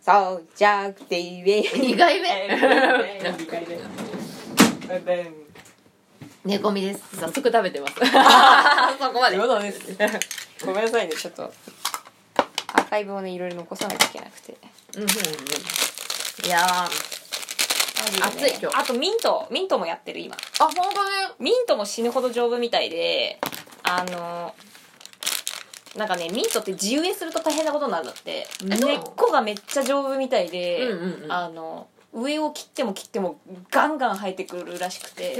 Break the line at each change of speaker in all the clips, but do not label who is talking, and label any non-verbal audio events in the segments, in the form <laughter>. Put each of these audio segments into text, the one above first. そうじゃなくていい
2回目
2回目バンバン
寝込みです早速食べて <laughs> ますそこまで
そうですごめんなさいねちょっとアーカイブをねいろいろ残さないといけなくて
うんうんいやーあ暑い今日
あとミントミントもやってる今
本当ね
ミントも死ぬほど丈夫みたいであのなんかねミントって地植えすると大変なことになるんだって
え
根っ
そうなの
こがめっちゃ丈夫みたいで、
うんうんうん
あの上を切っても切ってもガンガン生えてくるらしくて
へ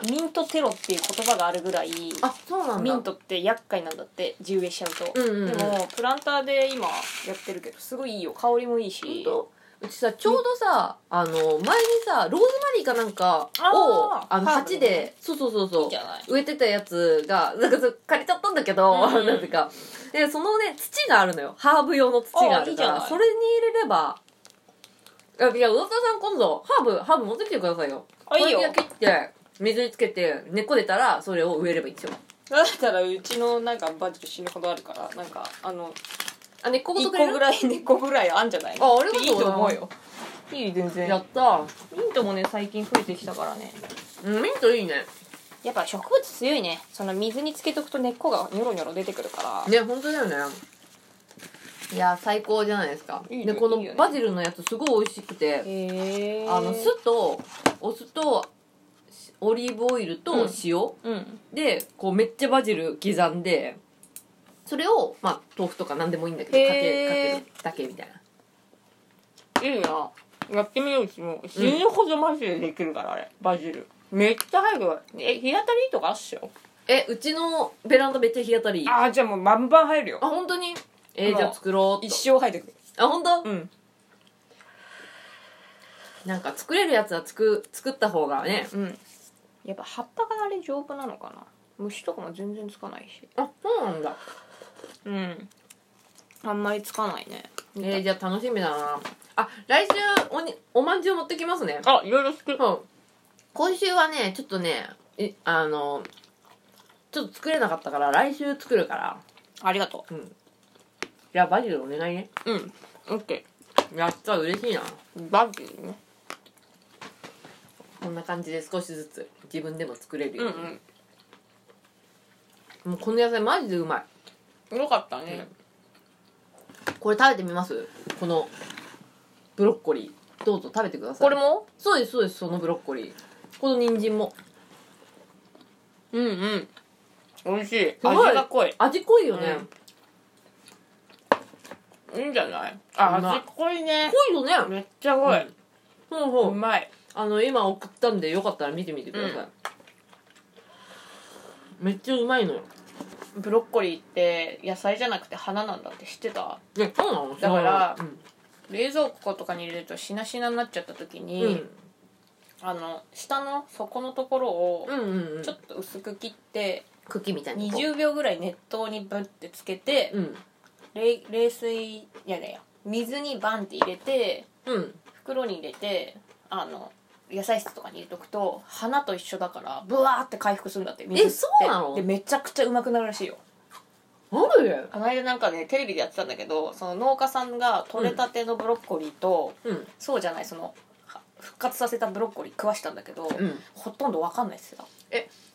ー
ミントテロっていう言葉があるぐらい
あそうなんだ
ミントって厄介なんだって地植えしちゃうと、
うんうんうん
でもプランターで今やってるけどすごいいいよ香りもいいし
本当うちさちょうどさあの前にさローズマリーかなんかを
あー
あ
ハーブ
の
の
鉢でそうそうそう
いい
そ
ん
う
じゃない
植えてたやつがなんかそれ借りちゃったんだけど、
うん
なぜかでそのね土があるのよハーブ用の土があ
あい
る
いじ
か
ゃ
ら
ない
それに入れればいやいや宇田さん今度ハーブハーブ持ってきてくださいよ
あいいよ
これだけ切って水につけて根っこ出たらそれを植えればいいんですよ
だったらうちのなんかバジル死ぬほどあるからなんかあの
あ根っこご
1
とくれ
個
る
ぐらい2個ぐらいあんじゃない
あありがとう
いいと思うよいい全
やった
ミントもね最近増えてきたからね
うんミントいいね
やっぱ植物強いねその水につけとくと根っこがニョロニョロ出てくるから
ね本当だよねいや最高じゃないですか
いいね
でこの
いいよね
バジルのやつすごい美味しくて
へえ
あの酢とお酢としオリーブオイルと塩、
うん
でこうめっちゃバジル刻んでそれをまあ豆腐とか何でもいいんだけど
へー
かけかけるだけみたいない
いなやってみよううちも死ぬほどマジでできるからあれバジルめっちゃ早くえ日当たりいいとかあっしょ
えうちのベランダめっちゃ日当たりいい
あ
あ
あじゃあもうバンバン入るよ
本当にえー
まあ
じゃあ作ろうっ
一
と
生入ってくる
あ本当、
うん
なんか作れるやつは作作った方がね
うんやっぱ葉っぱがあれ丈夫なのかな虫とかも全然つかないし
あそうなんだ
うんあんまりつかないね
えー、じゃあ楽しみだなあ来週おにおまんじゅう持ってきますね
あいろいろ作る
うん今週はねちょっとねいあのちょっと作れなかったから来週作るから
ありがと
うんじゃあバジルお願いね
ううんオッケ
やった嬉しいな
ーバッグね
こんな感じで少しずつ自分でも作れる
う
ように、
ん
もうこの野菜マジでうまい
うんよかったね
これ食べてみますこのブロッコリーどうぞ食べてくださ
こ
い
れも
そうですそうですそのブロッコリーこの人参も
うんうん美味しい
すごい
味が濃い
味濃いよね、
うんいいんじゃないあ
うまい
味濃いね
濃いよね
めっちゃ濃い
ほうほう、
うまい
あの今送ったんでよかったら見てみてください、めっちゃうまいのよ
ブロッコリーって野菜じゃなくて花なんだって知ってた
えそうなの
だから
うん
冷蔵庫とかに入れるとしなしなになっちゃった時に、
うん
あの下の底のところを
うんうんうん
ちょっと薄く切って
茎みたいな
20秒ぐらい熱湯にブッてつけて
うん
冷冷水いやいや水にバンって入れて
うん
袋に入れてあの野菜室とかに入れとくと花と一緒だからブワーって回復するんだって水吸って
えそうなの
でめちゃくちゃうまくなるらしいよ
なんで
この間なんかねテレビでやってたんだけどその農家さんが採れたてのブロッコリーと、
うん
そうじゃないそのは復活させたブロッコリー食わしたんだけど、
うん
ほとんど分かんないっすよ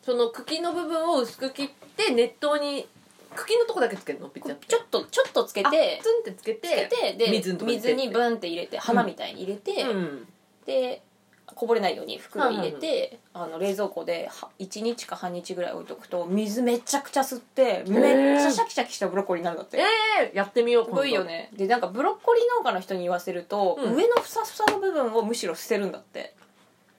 その茎の部分を薄く切って熱湯に茎のとこだけつけるのピッチャって
ちょっとちょっとつけ
あ
て
ツンってつけて
つけてで
水のとこに入れて
にブンって入れて花みたいに入れて、
うん
でこぼれないように袋に入れて、あの冷蔵庫では1日か半日ぐらい置いとくと水めちゃくちゃ吸ってめっちゃシャキシャキしたブロッコリーになるんだって、
ええやってみよう
すごいよねでなんかブロッコリー農家の人に言わせると、
うん
上のふさふさの部分をむしろ捨てるんだって、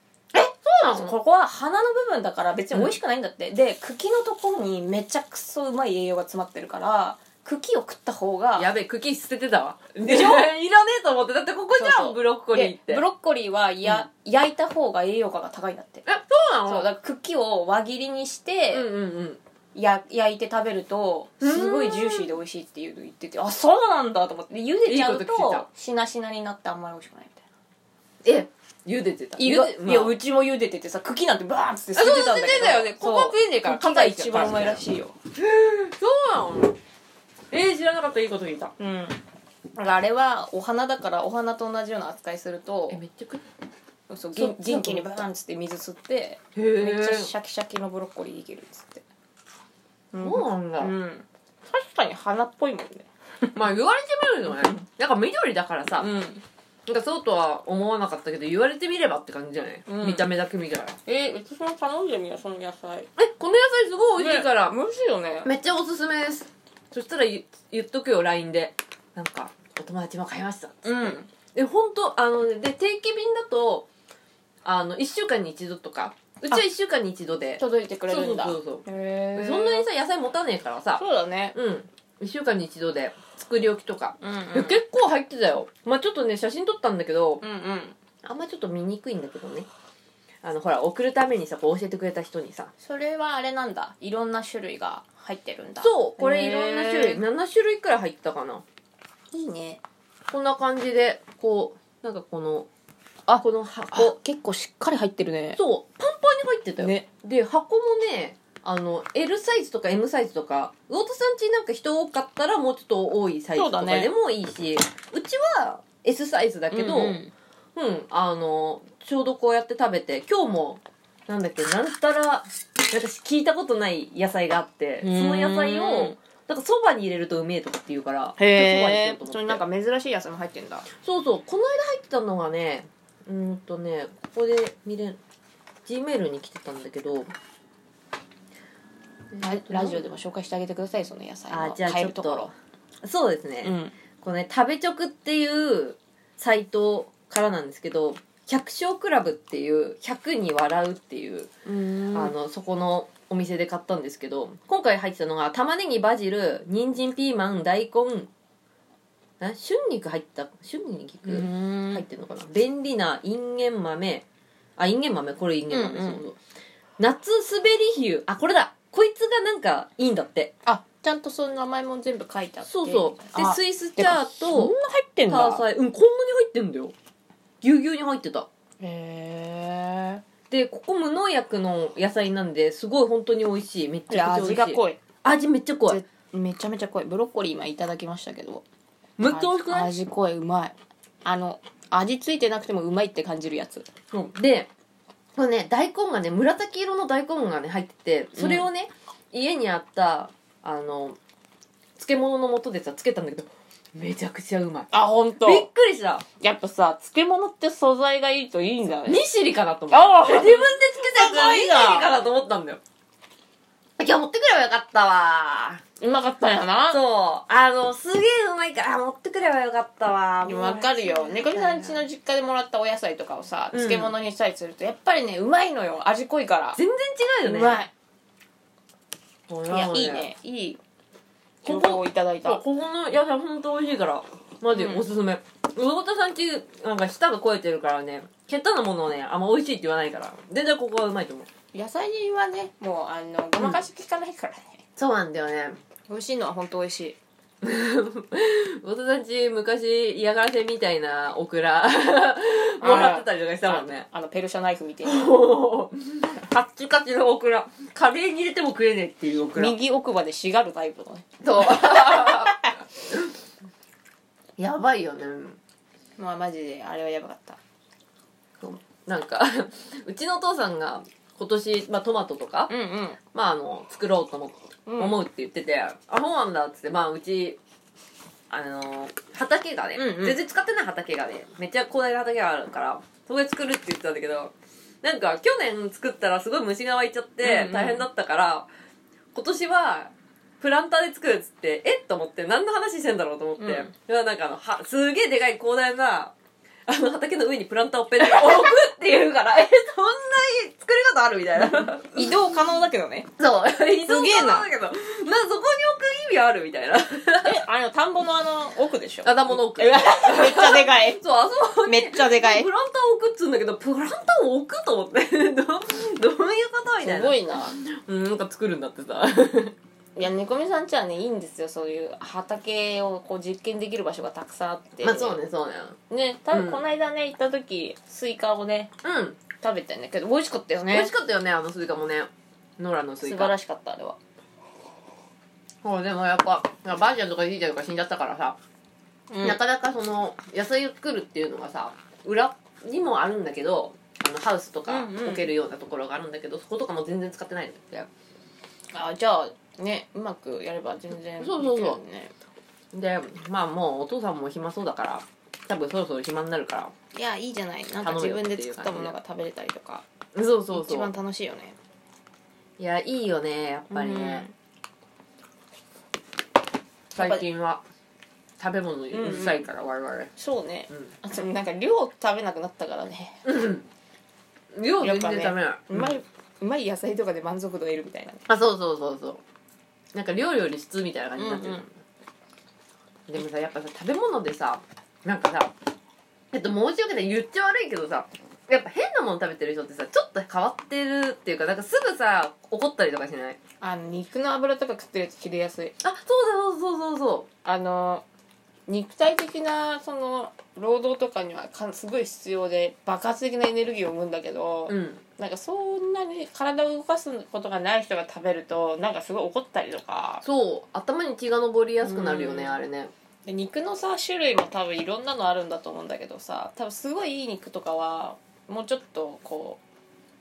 今度そうなの
ここは花の部分だから別に美味しくないんだって、で茎のところにめちゃくそうまい栄養が詰まってるから茎を食った方が
やべえ茎捨ててたわ
でしょ
<laughs> いらねえと思ってだってここじゃん
そうそう
ブロッコリーっ
で
て
ブロッコリーはや、焼いた方が栄養価が高いんだって
えそうなの
そうだから茎を輪切りにして、
うんうんうん
や焼いて食べるとすごいジューシーで美味しいっていうの言っててあそうなんだと思ってで茹でちゃう
いいこと聞いた
としなしなになってあんまり美味しくないみたいな
え茹でてた
い
茹で、
やうちも茹でててさ茎なんてバーンって捨ててたんだけど
あそう捨ててたよねここ食えねえから
茎が一番うまいらしいよ
そうなのえー、知らなかったいいこと聞いた
うんだからあれはお花だからお花と同じような扱いすると
えめっちゃ食っ
そう
そう
元元気にバーンっつって水吸って
へ
めっちゃ
え
シャキシャキのブロッコリーいけるっつってうん
そうなんだ、
うん確かに花っぽいもんね
まあ言われてみるのねなんか緑だからさ、
ん
なんかそうとは思わなかったけど言われてみればって感じじゃない、
うん
見た目だけ見たら
え
え
ー、私も頼んでみようその野菜
この野菜すごい美味しいから、
むしろね
めっちゃおすすめですそしたら言言っとくよ LINE でなんかお友達も買いましたっつって、
うん
で本当あのねで定期便だとあの1週間に1度とかうちは1週間に1度で
届いてくれるんだ
そうそうそう
へえ
そんなにさ野菜持たねえからさ
そうだね
うん1週間に1度で作り置きとか、
うん、うん、
いや結構入ってたよまあちょっとね写真撮ったんだけど
うんうん
あんまちょっと見にくいんだけどねあのほら送るためにさこう教えてくれた人にさ
それはあれなんだいろんな種類が入ってるんだ
そうこれいろんな種
へ
類
ー
7種類くらい入ってたかない
いね
こんな感じでこうなんかこのあこの箱
結構しっかり入ってるね
そうパンパンに入ってたよ、
ね
で箱もねあの L サイズとか M サイズとか魚田さんちなんか人多かったらもうちょっと多いサイズとか
そうだね
でもいいしう,、ちは S サイズだけど、
うんうん
うん、あの、ちょうどこうやって食べて、今日も、なんだっけ、なんたら、私聞いたことない野菜があって、その野菜
う
を
ん、
なんかそばに入れるとうめえとかって言うから、
へえ
そばにしようと
そ
思
れ
っ
な
て
んか珍しい野菜も入ってんだ
そうそう、この間入ってたのがね、うーんとね、ここで見れ、G メールに来てたんだけど、
ララジオでも紹介してあげてくださいその野菜
あ
の
じゃあ
買えるところ
そうですね、
うん
このね、食べチョクっていうサイトからなんですけど、百姓クラブっていう、100に笑うっていう、あ
あの
のそこのお店で買ったんですけど今回入ってたのが玉ねぎバジル人参ピーマン大根な春菊入った春菊、入ってんのかな便利なインゲン豆あインゲン豆これインゲン豆、
うんうん
そうそう夏滑りヒュあこれだこいつがなんかいいんだって
あちゃんとその名前も全部書いてあって
そうそうで
あ
スイスチャー
そん
と
な入って
タ
ん
ー
だ
サイうんこんなに入ってんだよぎゅうぎゅうに入ってた
へ
でここ無農薬の野菜なんですごい本当に美味しいめっ
え
ちゃくちゃ美味しい
味が濃い
味めっちゃ濃い
絶めちゃめちゃ濃いブロッコリー今いただきましたけど
めっちゃ美味しくない
味濃いうまいあの味付いてなくてもうまいって感じるやつ
そうでこれね大根がね紫色の大根がね入っててそれをね、家にあったあの漬物の素でさ漬けたんだけどめちゃくちゃうまい
あ本当
びっくりした
やっぱさ漬物って素材がいいといいんだ
ニシリかなと思った
あ
自分で漬けたやつ
すご
ニシ
い
リ
な
かなと思ったんだよいや持ってくればよかったわ
うまかったんやな
そうあのすげえうまいからあ持ってくればよかったわ
わかるよ猫みさん家の実家でもらったお野菜とかをさ
うん
漬物にしたりするとやっぱりねうまいのよ味濃いから
全然違うよ
う
ね
まい
これ
い
は
や
もう
いいねいい情報をいただい
そう
た
ここの野菜ほんと美味しいからマジ
うん
おすすめ魚田さんちなんか舌が肥えてるからね下手なものをねあんま美味しいって言わないから全然ここはうまいと思う
野菜はねもうあのごまかし効かないからね
そうなんだよね
美味しいのは本当美味しい
魚田さんち昔嫌がらせみたいなオク <laughs> ラもらってたりとかしたもんね <laughs>
ああのペルシャナイフみたいな
もうカッチカチのオクラカレーに入れても食えねえっていうオクラ
右奥歯でしがるタイプのね
そう <laughs> やばいよね
まあマジであれはやばかった
なんか <laughs> うちのお父さんが今年、まあ、トマトとか
うんうん
まあ、あの、作ろうと思って、
うん
思うって言ってて、あ、そうなんだっつって、まあ、うち、あの、畑がね、
うんうん
全然使ってない畑がね、めっちゃ広大な畑があるから、そこで作るって言ってたんだけど、なんか、去年作ったらすごい虫が湧いちゃっ
うん
て
う、ん
大変だったから、今年は、プランターで作るっつって、えっと思って、何の話してんだろうと思って、
うん
いやなんかあの、は、すげえでかい広大な、あの畑の上にプランターをペッて置くっていうから、 <laughs> え、そんな作り方あるみたいな。
移動可能だけどね
そう。移動
すげえな
可能だけど。な、そこに置く意味あるみたいな。
<laughs> えあの田んぼのあの奥でしょ
頭の奥
うわめっちゃでか <laughs> い
そう、あそこに。
めっちゃでかい
プランター置くっつうんだけど、プランター置くと思って。 <laughs> ど、どういうことみたいな。
すごいな
うん、なんか作るんだって
<laughs>
さ。
いや猫みさんちはねいいんですよそういう畑をこう実験できる場所がたくさんあって
ね、そうね。
ね多
うん
分この間ね行った時スイカをね
うん。
食べたんだけど美味しかったよ
美
ね
味しかったよね、あのスイカもね。ノラのスイ
素
カ。
晴ら
しい。
しかったあれは
そう、でもやっぱ、ばあちゃんとかじいちゃんとか死んじゃったからさ、
うん
なかなかその野菜を作るっていうのがさ裏にもあるんだけどあのハウスとか
うんうん
置けるようなところがあるんだけど、そことかも全然使ってないんだって
あじゃあねうまくやれば全然
そうそうそう
できるね
でまあもうお父さんも暇そうだから多分そろそろ暇になるから
いやいいじゃないなんか
頼む
自
よ
分で作ったものが食べれたりとか
そうそう
一
そ
番
う
楽しいよね
いやいいよねやっぱりね、
やっぱ
最近は食べ物にうるさいから我々
そうね
う
あでもなんか量食べなくなったからね
ん量全然食べ
やっ
ない、
うまいうまい野菜とかで満足度得るみたいな
あそうそうそうそうなんか量より質みたいな感じになってる、
うん
でもさやっぱさ食べ物でさなんかさえっと申し訳ない言っちゃ悪いけどさやっぱ変なもの食べてる人ってさちょっと変わってるっていうかなんかすぐさ怒ったりとかしない
あの肉の油とか食ってるやつ切れやすい
あそうだそうそうそうそ
あの肉体的なその労働とかにはかすごい必要で爆発的なエネルギーを生むんだけど、
ううん
なんかそんなに体を動かすことがない人が食べるとなんかすごい怒ったりとか
そう頭に血が上りやすくなるよね、
うん
あれね
で肉のさ種類も多分いろんなのあるんだと思うんだけどさ多分すごいいい肉とかはもうちょっとこ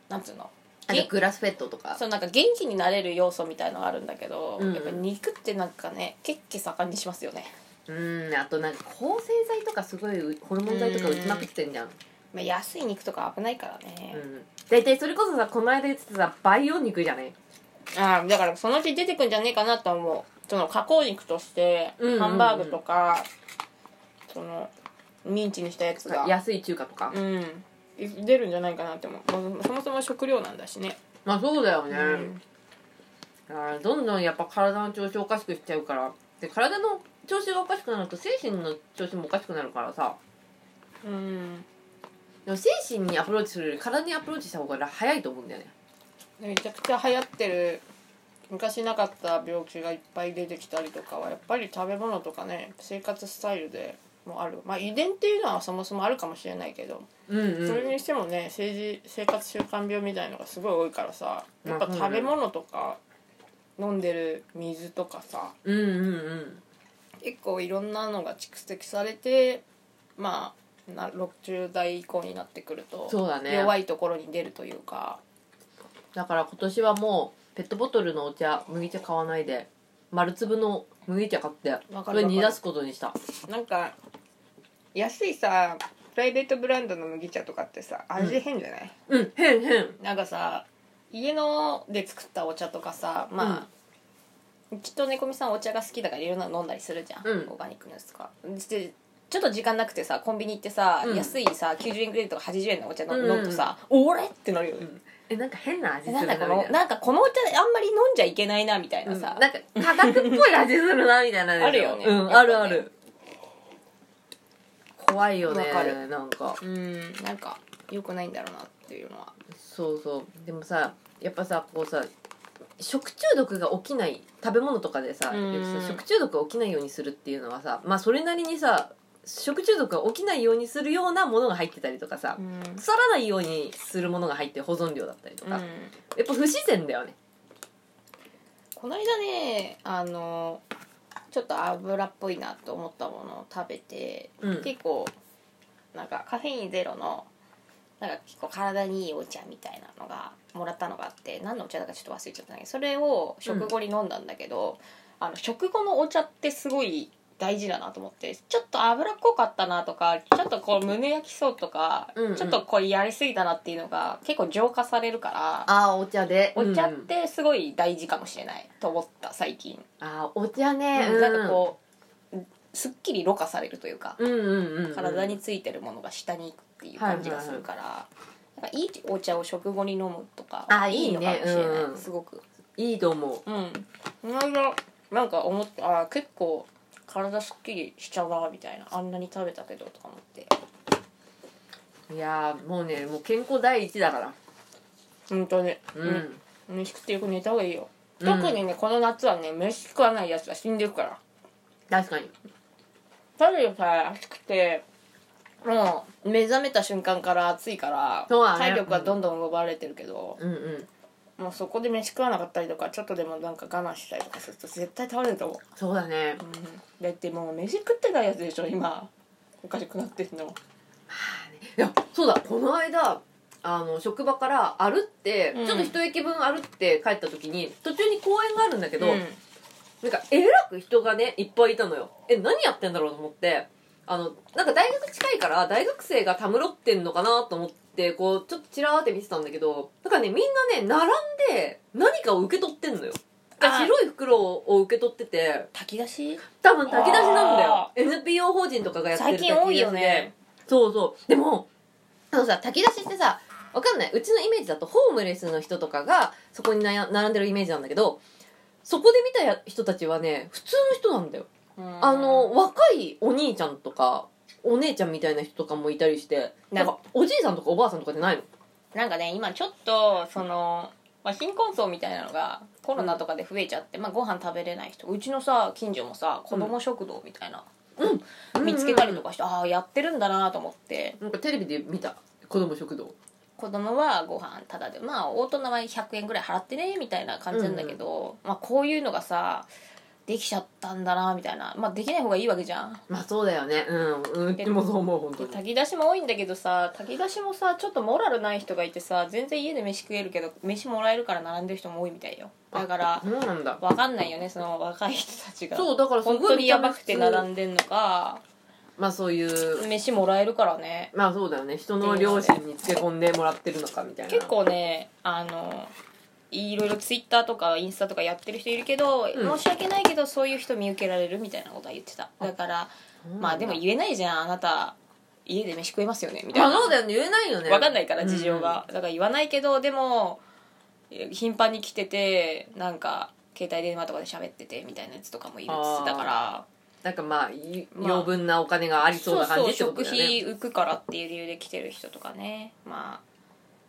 うなんつうの
あ
げ
とグラスフェットとか
そうなんか元気になれる要素みたいのがあるんだけど、
うんうん
やっぱ肉ってなんかね結構盛んにしますよね、
うんあとなんか抗生剤とかすごいうホルモン剤とか打ちまくってんじゃん
まあ、安い肉とか危ないからね、
うん大体、それこそさこの間言ってたさ培養肉じゃね
ああだからそのうち出てくんじゃねえかなとは思うその加工肉として
うんうんうん
ハンバーグとか、そのミンチにしたやつが
安い中華とか、
うん出るんじゃないかなって思うもうそもそも食料なんだしね、
まあそうだよね、
うん
だからどんどんやっぱ体の調子おかしくしちゃうからで体の調子がおかしくなると精神の調子もおかしくなるからさ
うん
でも精神にアプローチするより体にアプローチした方が早いと思うんだよね
めちゃくちゃ流行ってる昔なかった病気がいっぱい出てきたりとかはやっぱり食べ物とかね生活スタイルでもあるまあ遺伝っていうのはそもそもあるかもしれないけど、
うんうん
それにしてもね政治生活習慣病みたいのがすごい多いからさやっぱ
まあ
食べ物とか飲んでる水とかさ
うんうんうん
結構いろんなのが蓄積されてまあな60代以降になってくると
そうだね
弱いところに出るというか
だから今年はもうペットボトルのお茶麦茶買わないで丸粒の麦茶買って
わか
そ
る
れ煮出すことにした
なんか安いさプライベートブランドの麦茶とかってさ味変じゃない、
うん変変
なんかさ家ので作ったお茶とかさまあ、きっと猫みさんお茶が好きだからいろんなの飲んだりするじゃん、
うん
オーガニックのやつとかでちょっと時間なくてさコンビニ行ってさ、
うん
安いさ90円くらいとか80円のお茶飲
うん
む
うん
飲むとさ「俺!」ってなるよね、
えなんか変な味する
なんだこ
み
の
たいな
なんかこのお茶あんまり飲んじゃいけないなみたいな
うん
さ、
なんか化学っぽい味するなみたいな
あるよね
うんあるある怖いよね
わかる
なんか
うんなんか良くないんだろうなっていうのは
そうそうでもさやっぱさこうさ食中毒が起きない食べ物とかでさ
うん
よくさ食中毒が起きないようにするっていうのはさまあそれなりにさ食中毒が起きないようにするようなものが入ってたりとかさ、
ん
腐らないようにするものが入って保存料だったりとか、やっぱ不自然だよね
この間ねあのちょっと油っぽいなと思ったものを食べて、
うん
結構なんかカフェインゼロのなんか結構体にいいお茶みたいなのがもらったのがあって何のお茶だかちょっと忘れちゃったんだけどそれを食後に飲んだんだけど、あの食後のお茶ってすごい大事だなと思ってちょっと脂っこかったなとかちょっとこう胸焼きそうとか、
うんうん
ちょっとこうやりすぎたなっていうのが結構浄化されるから
ああお茶で
お茶ってすごい大事かもしれないと思った最近、
ああお茶ね、う
なんかこうすっきりろ過されるというか、
うんうんうんうん
体についてるものが下に行くっていう感じがするから、なんかいいお茶を食後に飲むとか
あ
いいのかもしれない
いいねうんうん
すごく
いいと思
うんなんかなんか思ってあー結構体すっきりしちゃうわみたいなあんなに食べたけどとか思って
ういやーもうねもう健康第一だから
本当に
うん、
飯食ってよく寝た方がいいよ、
うん
特にねこの夏はね飯食わないやつは死んでるから
確かに
太陽さ暑くてもう目覚めた瞬間から暑いから、
そうだね
体力がどんどん奪われてるけど、
うんうん
もうそこで飯食わなかったりとかちょっとでもなんか我慢したりとかすると絶対倒れると思
そうだね
う、うん、だってもう飯食ってないやつでしょ今おかしくなってるの
いやそうだこの間あの職場から歩って、
うん
ちょっと一駅分歩って帰った時に途中に公園があるんだけど、
うん
なんかえらく人がねいっぱいいたのよえ何やってんだろうと思ってあのなんか大学近いから大学生がたむろってんのかなと思ってこうちょっとちらーって見てたんだけどなんかねみんなね並んで何かを受け取ってんのよだから
あ
白い袋を受け取ってて
炊き出し
多分炊き出しなんだよ
あ
NPO 法人とかがやってる
最近多いよね
炊き出しでそうそうでもあのさ炊き出しってさわかんないうちのイメージだとホームレスの人とかがそこになや並んでるイメージなんだけどそこで見たや人たちはね普通の人なんだよあ
あ
の若いお兄ちゃんとかお姉ちゃんみたいな人とかもいたりして
なん
な
ん
かおじいさんとかおばあさんとかじゃないの
なんかね今ちょっとその、まあ、貧困層みたいなのがコロナとかで増えちゃって、まあ、ご飯食べれない人うちのさ近所もさ子供食堂みたいな、見つけたりと
か
かして、ああやってるんだなと思って
なんかテレビで見た子供食堂
子供はご飯タダでまあ大人は100円ぐらい払ってねみたいな感じなんだけど、まあ、こういうのがさできちゃったんだなみたいな、まあ、できない方がいいわけじゃん。
まあそうだよねうんうんでもそう思う本当
で
に
炊き出しも多いんだけどさ炊き出しもさちょっとモラルない人がいてさ全然家で飯食えるけど飯もらえるから並んでる人も多いみたいよだから
そうなんだ
わかんないよねその若い人たちが
そうだからすごい
本当にやばくて
見た目普通
並んでんのか
まあそういう
飯もらえるからね
まあそうだよね人の両親につけ込んでもらってるのかみたいな
結構ねあのいろいろツイッターとかインスタとかやってる人いるけど、
うん
申し訳ないけどそういう人見受けられるみたいなことは言ってただからまあでも言えないじゃんあなた家で飯食えますよねみたい
まあ
な
そうだよね言えないよね
わかんないから事情が、だから言わないけどでも頻繁に来ててなんか携帯電話とかで喋っててみたいなやつとかもいるっつってたから
なんかまあい
まあ
余分なお金がありそうな感じって
そう
こ
そう
と
食
だよね
費浮くからっていう理由で来てる人とかねま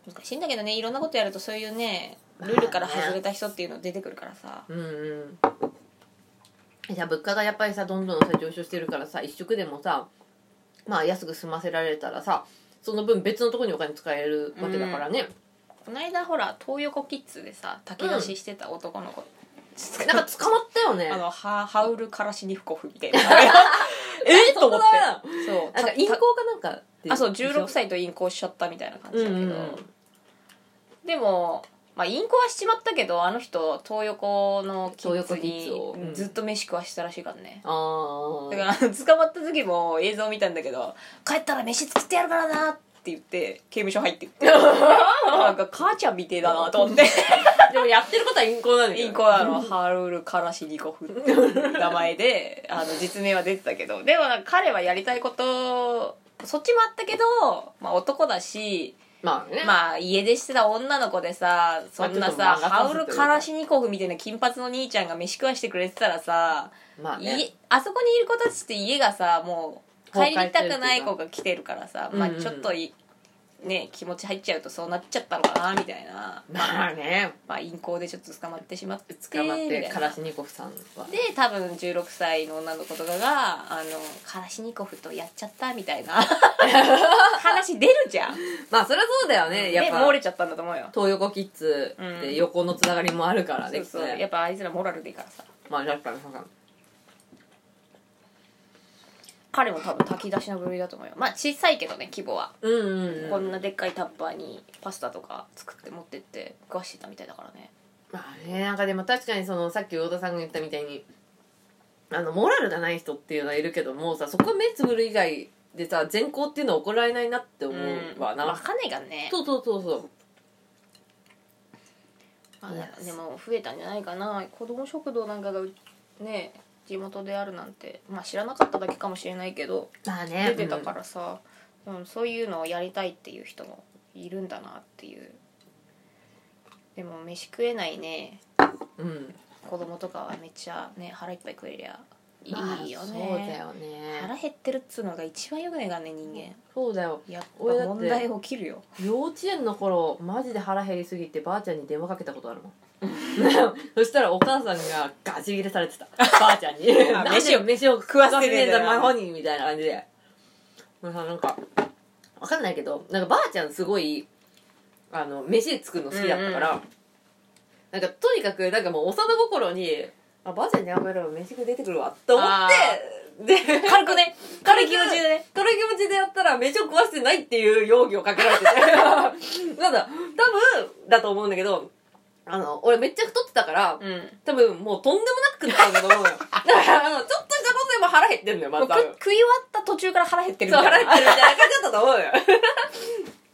あ難しいんだけどねいろんなことやるとそういうねルールから外れた人っていうの出てくるからさ
うんうんじゃあ物価がやっぱりさどんどんさ上昇してるからさ一食でもさまあ安く済ませられたらさその分別のところにお金使えるわけだからね、
この間ほら東横キッズでさ炊き出ししてた男の子、
なんか <laughs> 捕まったよね
あのハハウル・カラシニフコフみた
<laughs>
いな <laughs>
え
えと思ってそう
なんか銀行かなんか
あそう16歳と隠行しちゃったみたいな感じだけど、
うんうんうん
でも、まあ、隠行はしちまったけどあの人東横のキッズ
東横キッズをう
に
ん
ずっと飯食わしてたらしいからね、
あ
だからあの捕まった時も映像見たんだけど「帰ったら飯作ってやるからな」って言って刑務所入ってきてなんか母ちゃんみてえだなと思って
でもやってることは銀行なんだけど
インコはあのハルール・カラシニコフっていう名前であの実名は出てたけどでもなんか彼はやりたいことそっちもあったけど、まあ、男だし
まあね
まあ家出してた女の子でさそんな
まあ
さ、
ちょっと
ハ
漫
ウ
画家
ル・
として
カラシニコフみたいな金髪の兄ちゃんが飯食わしてくれてたらさ、
まあね
いあそこにいる子たちって家がさもう帰りたくない子が来てるからさ、まあ、
うんうん
ちょっといね気持ち入っちゃうとそうなっちゃったのかなみたいな、
まあね
まあ、陰行でちょっと捕まってしまって
捕まっ
みたい
て
な
カラシニコフさんは
で多分16歳の女の子とかが「あのカラシニコフとやっちゃった」みた
<laughs>
いな話出るじゃん、
まあそりゃそうだよねやっ
で
ぱ
漏れちゃったんだと思うよ
東横キッズって横のつながりもあるから
そ
ね
う
きっと
そうや
ね
っぱあいつらモラルでいいからさ
まあ確かに確かに
彼も多分炊き出しの部類だと思うよまあ小さいけどね規模は、
うんうん、うん、
こんなでっかいタッパーにパスタとか作って持ってって食わしてたみたいだからね
まあねなんかでも確かにそのさっき太田さんが言ったみたいにあのモラルがない人っていうのはいるけどもさそこ目つぶる以外でさ善行っていうのは怒られないなって思うわな、
わかんないからね
そうそうそうそう
あででも増えたんじゃないかな子ども食堂なんかがね地元であるなんてまあ知らなかっただけかもしれないけど
まあね
出てたからさ、うんそういうのをやりたいっていう人もいるんだなっていうでも飯食えないね
うん、うん
子供とかはめっちゃね腹いっぱい食えりゃいいよね,、
まあそうだよね
腹減ってるっつうのが一番よくないからね人間
そうだよ
やっぱ
俺だって
問題起きるよ
幼稚園の頃マジで腹減りすぎてばあちゃんに電話かけたことあるもん <laughs> そしたらお母さんがガチ切れされてた <laughs> ばあちゃんに
あ
なんで
飯を
飯を食わせねえん
食
だ
わせねえんだ
魔法にみたいな感じでもうさなんかわかんないけどなんかばあちゃんすごいあの飯作るの好きだったから、なんかとにかくなんかもう幼心に「あばあちゃんにあんまり飯食出てくるわ」と思ってで <laughs>
軽くね軽い気持ちでね
軽い気持ちでやったら飯を食わせてないっていう容疑をかけられて <laughs> てなんだ多分だと思うんだけどあの俺めっちゃ太ってたから
うん
多分もうとんでもなく食ったんだと思うよだからあのちょっとしたことでも腹減ってんのよま
もう
ず多
食
分
食い終わった途中から腹減ってる
そう腹減ってるみた
ない
な感じだったと
<laughs>
思うよ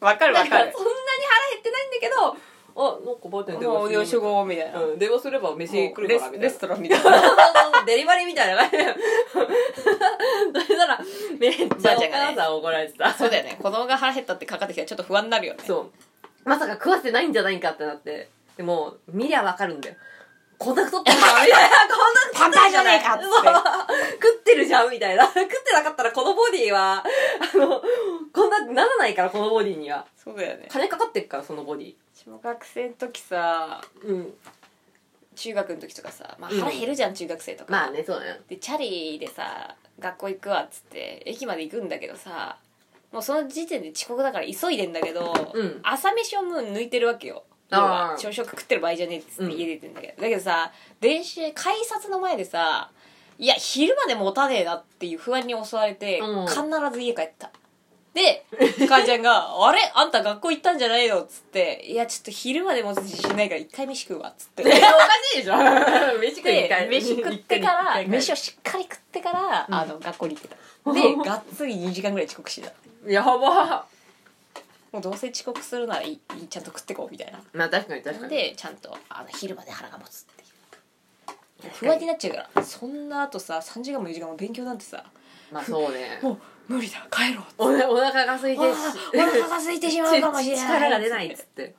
わかる
だ
わか
からそ
る
んなに腹減ってないんだけどあなんかばあちゃんに電話
お
する
料集合みたいな
うん、電話すれば飯来る
レ
から
ス
みたい
レ
な
ストランみたいな
デリバリーみたいな感じ <laughs> それならめっちゃお母さん怒られてた
そうだよね子供が腹減ったってかかってきたらちょっと不安になるよね
そうまさか食わせてないんじゃないかってなってでも見りゃわかるんだよこんな太ってるじゃんみたいな <laughs> こんな太ってるじゃない
パンダじ
そ
ゃねえ
う食ってるじゃんみたいな <laughs> 食ってなかったらこのボディはあのこんなならないからこのボディには
そうだよね
金かかってっからそのボディ
小学生の時さ
うん
中学の時とかさ、まあ、
うん
腹減るじゃん、中学生とか、
まあねそうだよ
でチャリでさ学校行くわっつって駅まで行くんだけどさもうその時点で遅刻だから急いでんだけど、
うん
朝飯をもう抜いてるわけよ
あー
要は朝食食ってる場合じゃねえっつって家出てんだけど、だけどさ電車改札の前でさいや昼まで持たねえなっていう不安に襲われて、
うん
必ず家帰ったで母ちゃん
<laughs>
が「あれあんた学校行ったんじゃないの?」っつって「いやちょっと昼まで持つ自信ないから一回飯食うわ」っつって
おかしいでしょ <laughs> 飯食いに
で
帰る
飯食ってから飯
を
をしっかり食ってから、
うん
あの学校に行って <laughs> たでがっつり2時間ぐらい遅刻してた
やば
もうどうせ遅刻するならいいいいちゃんと食ってこうみたいな
まあ確かに確かに
でちゃんとあの昼まで腹が持つっていう
確かに
不安になっちゃうからそんなあとさ3時間も4時間も勉強なんてさ
まあそうね
もう無理だ帰ろう
おお腹が空いて
ああお
<laughs>
腹が空いてしまうかもしれない
力が出ないっつって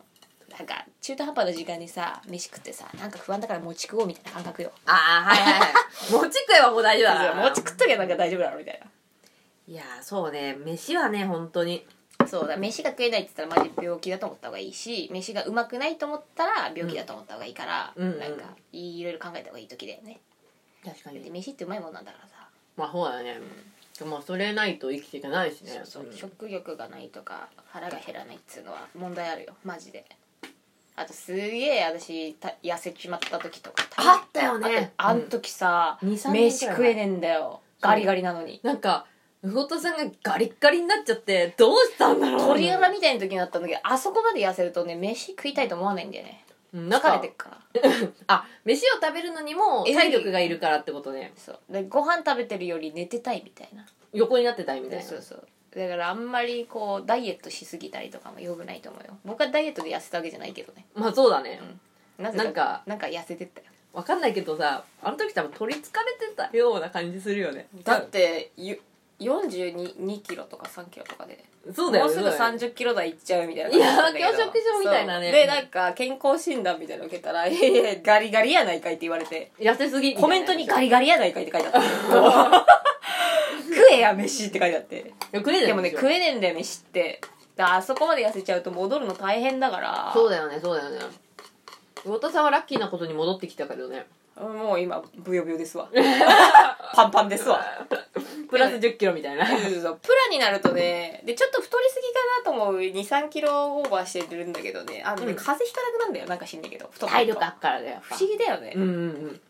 なんか中途半端な時間にさ飯食ってさなんか不安だから餅食おうみたいな感覚よ
ああはいはいはい
<laughs>
餅食えばもう大丈夫だな
餅食っときゃなんか大丈夫だろみたいない
やーそうね飯はね本当に
そうだ飯が食えないって言ったらマジ病気だと思った方がいいし飯がうまくないと思ったら病気だと思った方がいいから、
うんうん
なんかいろいろ考えた方がいい時だよね、
確か
で飯ってうまいもんなんだからさ、
まあそうだねまあそれないと生きていけないしね
そうそう
うん
食欲がないとか腹が減らないっつうのは問題あるよマジであとすげえ私た痩せちまった時とか
あったよね
あとあん時さ、
うん二三年
飯
くらい
食えねえんだよ
そう
ガリガリなのに
なんかふごとさんがガリッガリになっちゃってどうしたんだろう
鳥肌みたいな時になったんだけどあそこまで痩せるとね飯食いたいと思わないんだよね
うんなん
疲れ
か
てるから
あ飯を食べるのにも
エネルギ
体
ー
力がいるからってことね
そうでご飯食べてるより寝てたいみたいな
横になってたいみたいな
そうそうだからあんまりこうダイエットしすぎたりとかもよくないと思うよ僕はダイエットで痩せたわけじゃないけどね
まあそうだね
なぜ
なんか
なんか痩せてったよ
わかんないけどさあの時多分取りつかれてたような感じするよね
だって42キロとか3キロとかで
そうだよ
もうすぐ
そうだよ
3 0キロ台いっちゃうみたいな感じだったんだけど
いや教職所みたいなね
そうでなんか健康診断みたいなの受けたら「 <laughs> いやいやガリガリやないかい」って言われて
痩せすぎみたいな
コメントに「ガリガリやないかい」って書いてあった <laughs> 食えや飯って書いてあって
いや食えない
でもね食
え
えねえんだよ飯ってだからあそこまで痩せちゃうと戻るの大変だから
そうだよねそうだよね魚田さんはラッキーなことに戻ってきたけどね
もう今ブヨブヨです <laughs> わパンパンですわ
プラス1 0キロみたいな
そうそうそうプラになるとねでちょっと太りすぎかなと思う2 3キロオーバーしてるんだけどねあのね、
うん
風邪ひかなくなんだよなんか知んねえけど太って
<laughs> 体
ると
力あっからだよ
不思議だよね、
うんうんうん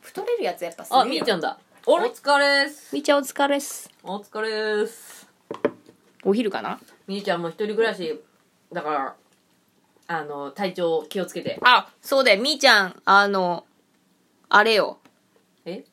太れるやつやっぱす
あ
げえ
み
よ
ーちゃんだお疲れっす
みーちゃんお疲れっす
お疲れっす
お昼かな
みーちゃんも一人暮らしだからあの体調気をつけて
あそうだよみーちゃんあのあれよ
え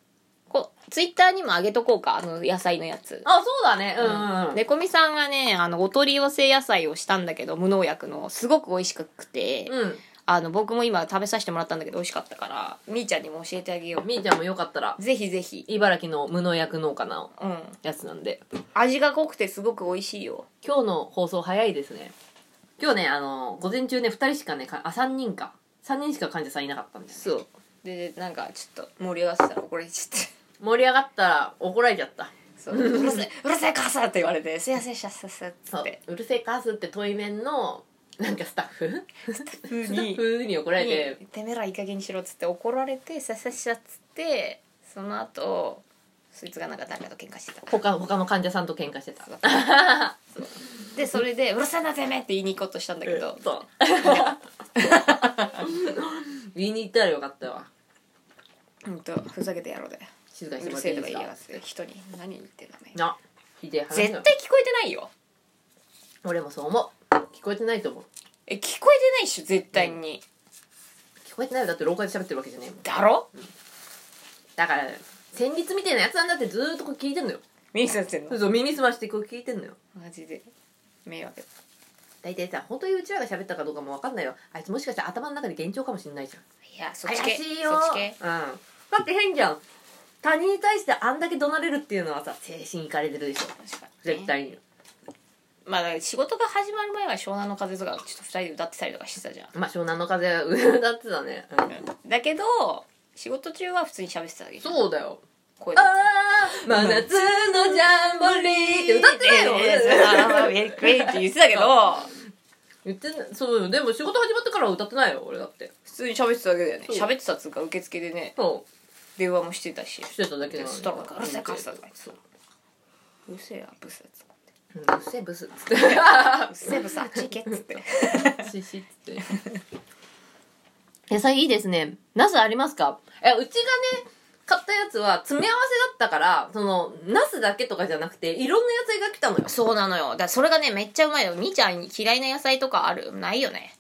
こツイッターにもあげとこうかあの野菜のやつ
あそうだねうんうんうん
でこみさんがねあのお取り寄せ野菜をしたんだけど無農薬のすごく美味しくて、
うん
あの僕も今食べさせてもらったんだけど美味しかったからみーちゃんにも教えてあげよ
みーちゃんもよかったら
うぜひぜひ
茨城の無農薬農家の
うん
やつなんで
味が濃くてすごく美味しいよ
今日の放送早いですね今日ねあの午前中ね2人しかねかあ3人か3人しか患者さんいなかったんだよね
そうでなんかちょっと盛り合わせたら怒られちゃって
盛り上がったら怒られちゃった <laughs>
そううるせえうるせえ母さんって言われてすいませんシャッシャッシャッつ
そ
っ
う
て
うるせえかすって対面のなんかスタッフ
ふう
スタッ
に
フに怒られて
にてめえらいい加減にしろっつって怒られてシャッシャッシャッつってその後そいつがなんか誰かと喧嘩してた
他他の患者さんと喧嘩してた
そう <laughs> でそれで「うるさいなてめえ!」って言いに行こうとしたんだけど
そう言いに行ったらよかったわ
本当ふざけてやろうで
静かにし
う
ても
る
らって
せ
い
えとか言いやがって
いですか
人に何言ってんだね
なひでえ話
絶
だ
対聞こえてないよ
俺もそう思う聞こえてないと思う
え聞こえてないっしょ絶対に、
聞こえてないよだって廊下で喋ってるわけじゃねえもん
だろ
だから旋律みたいなやつなんだってずーっとこれ聞いてんのよ
耳させん
そう
の
そう耳澄ましてこれ聞いてんのよ
マジで迷惑
大体さ本当にうちらが喋ったかどうかも分かんないよあいつもしかしたら頭の中で幻聴かもしんないじゃん
いやそっ
怪
ち系
しいよ
そっち系
うん、だって変じゃん他人に対してあんだけ怒鳴れるっていうのはさ精神いかれてるでしょ
確かにね
絶対に
まあだから仕事が始まる前は湘南の風とかちょっと2人で歌ってたりとかしてたじゃん、
まあ湘南の風は上だってたね、うん
だけど仕事中は普通に喋ってただけじゃん
そうだよ
声
あ
で
あ真夏のジャンボリーって歌ってないよ
えーえーえーえーえーえーえーって言ってたけど
言ってないそうよでも仕事始まってからは歌ってないよ俺だって
普通に喋ってただけだよね
そう
喋ってたっつうか受付でね
そ
電話もしてたし
うしてただけ
で
なの
そ
に
したらなんか「うるせえカスだ」とか言ってた
そう
うるせえアブス」っつって
うんうっせえブスっつって
「うっせえブスあっち行け」っつって
シシって。野菜いいですね。ナスありますかえ、うちがね、買ったやつは詰め合わせだったから、その、ナスだけとかじゃなくて、いろんな野菜が来たのよ。
<laughs> そうなのよだからそれがねめっちゃうまいよみーちゃん嫌いな野菜とかあるないよね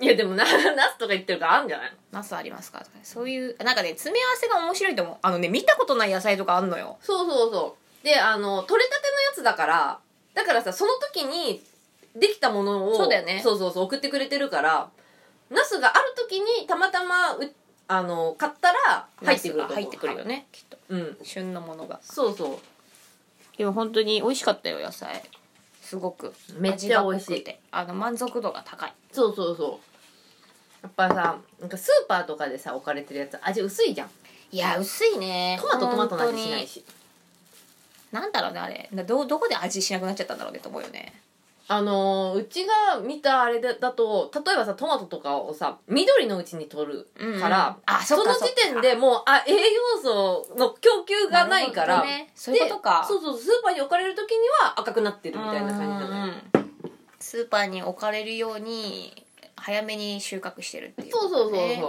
いや、でもな、 <laughs> ナスとか言ってるからあるんじゃないの
ナスありますかとかねそういうなんかね詰め合わせが面白いと思うあのね見たことない野菜とかあんのよ
そうそうそう。で、あの、取れたてのやつだから、だからさ、その時に、できたものを、
そうだよね
そうそうそう、送ってくれてるから、ナスがある時に、たまたま、うあの、買ったら、入ってく
ナス
ると思う
が入ってくるよ。ねきっと
うん。
旬のものが
そうそう。
でも本当に美味しかったよ野菜すごく
めっちゃ美味しい
味が濃くてあの満足度が高い
そうそうそうやっぱさなんかスーパーとかでさ置かれてるやつ味薄いじゃん
いや薄いね
トマトトマトの味しないし
なんだろうねあれなどどこで味しなくなっちゃったんだろうねと思うよね
あのーうちが見たあれだだと例えばさトマトとかをさ緑のうちに取るか
う
ら、
んうんあ
そ
そっ
の
か
時点でもうあ栄養素の供給がないから
るほどねそういうことか
でそうそうスーパーに置かれる時には赤くなってるみたいな感じじゃない
うんスーパーに置かれるように早めに収穫してるっていう
そうそうそうそう、
ね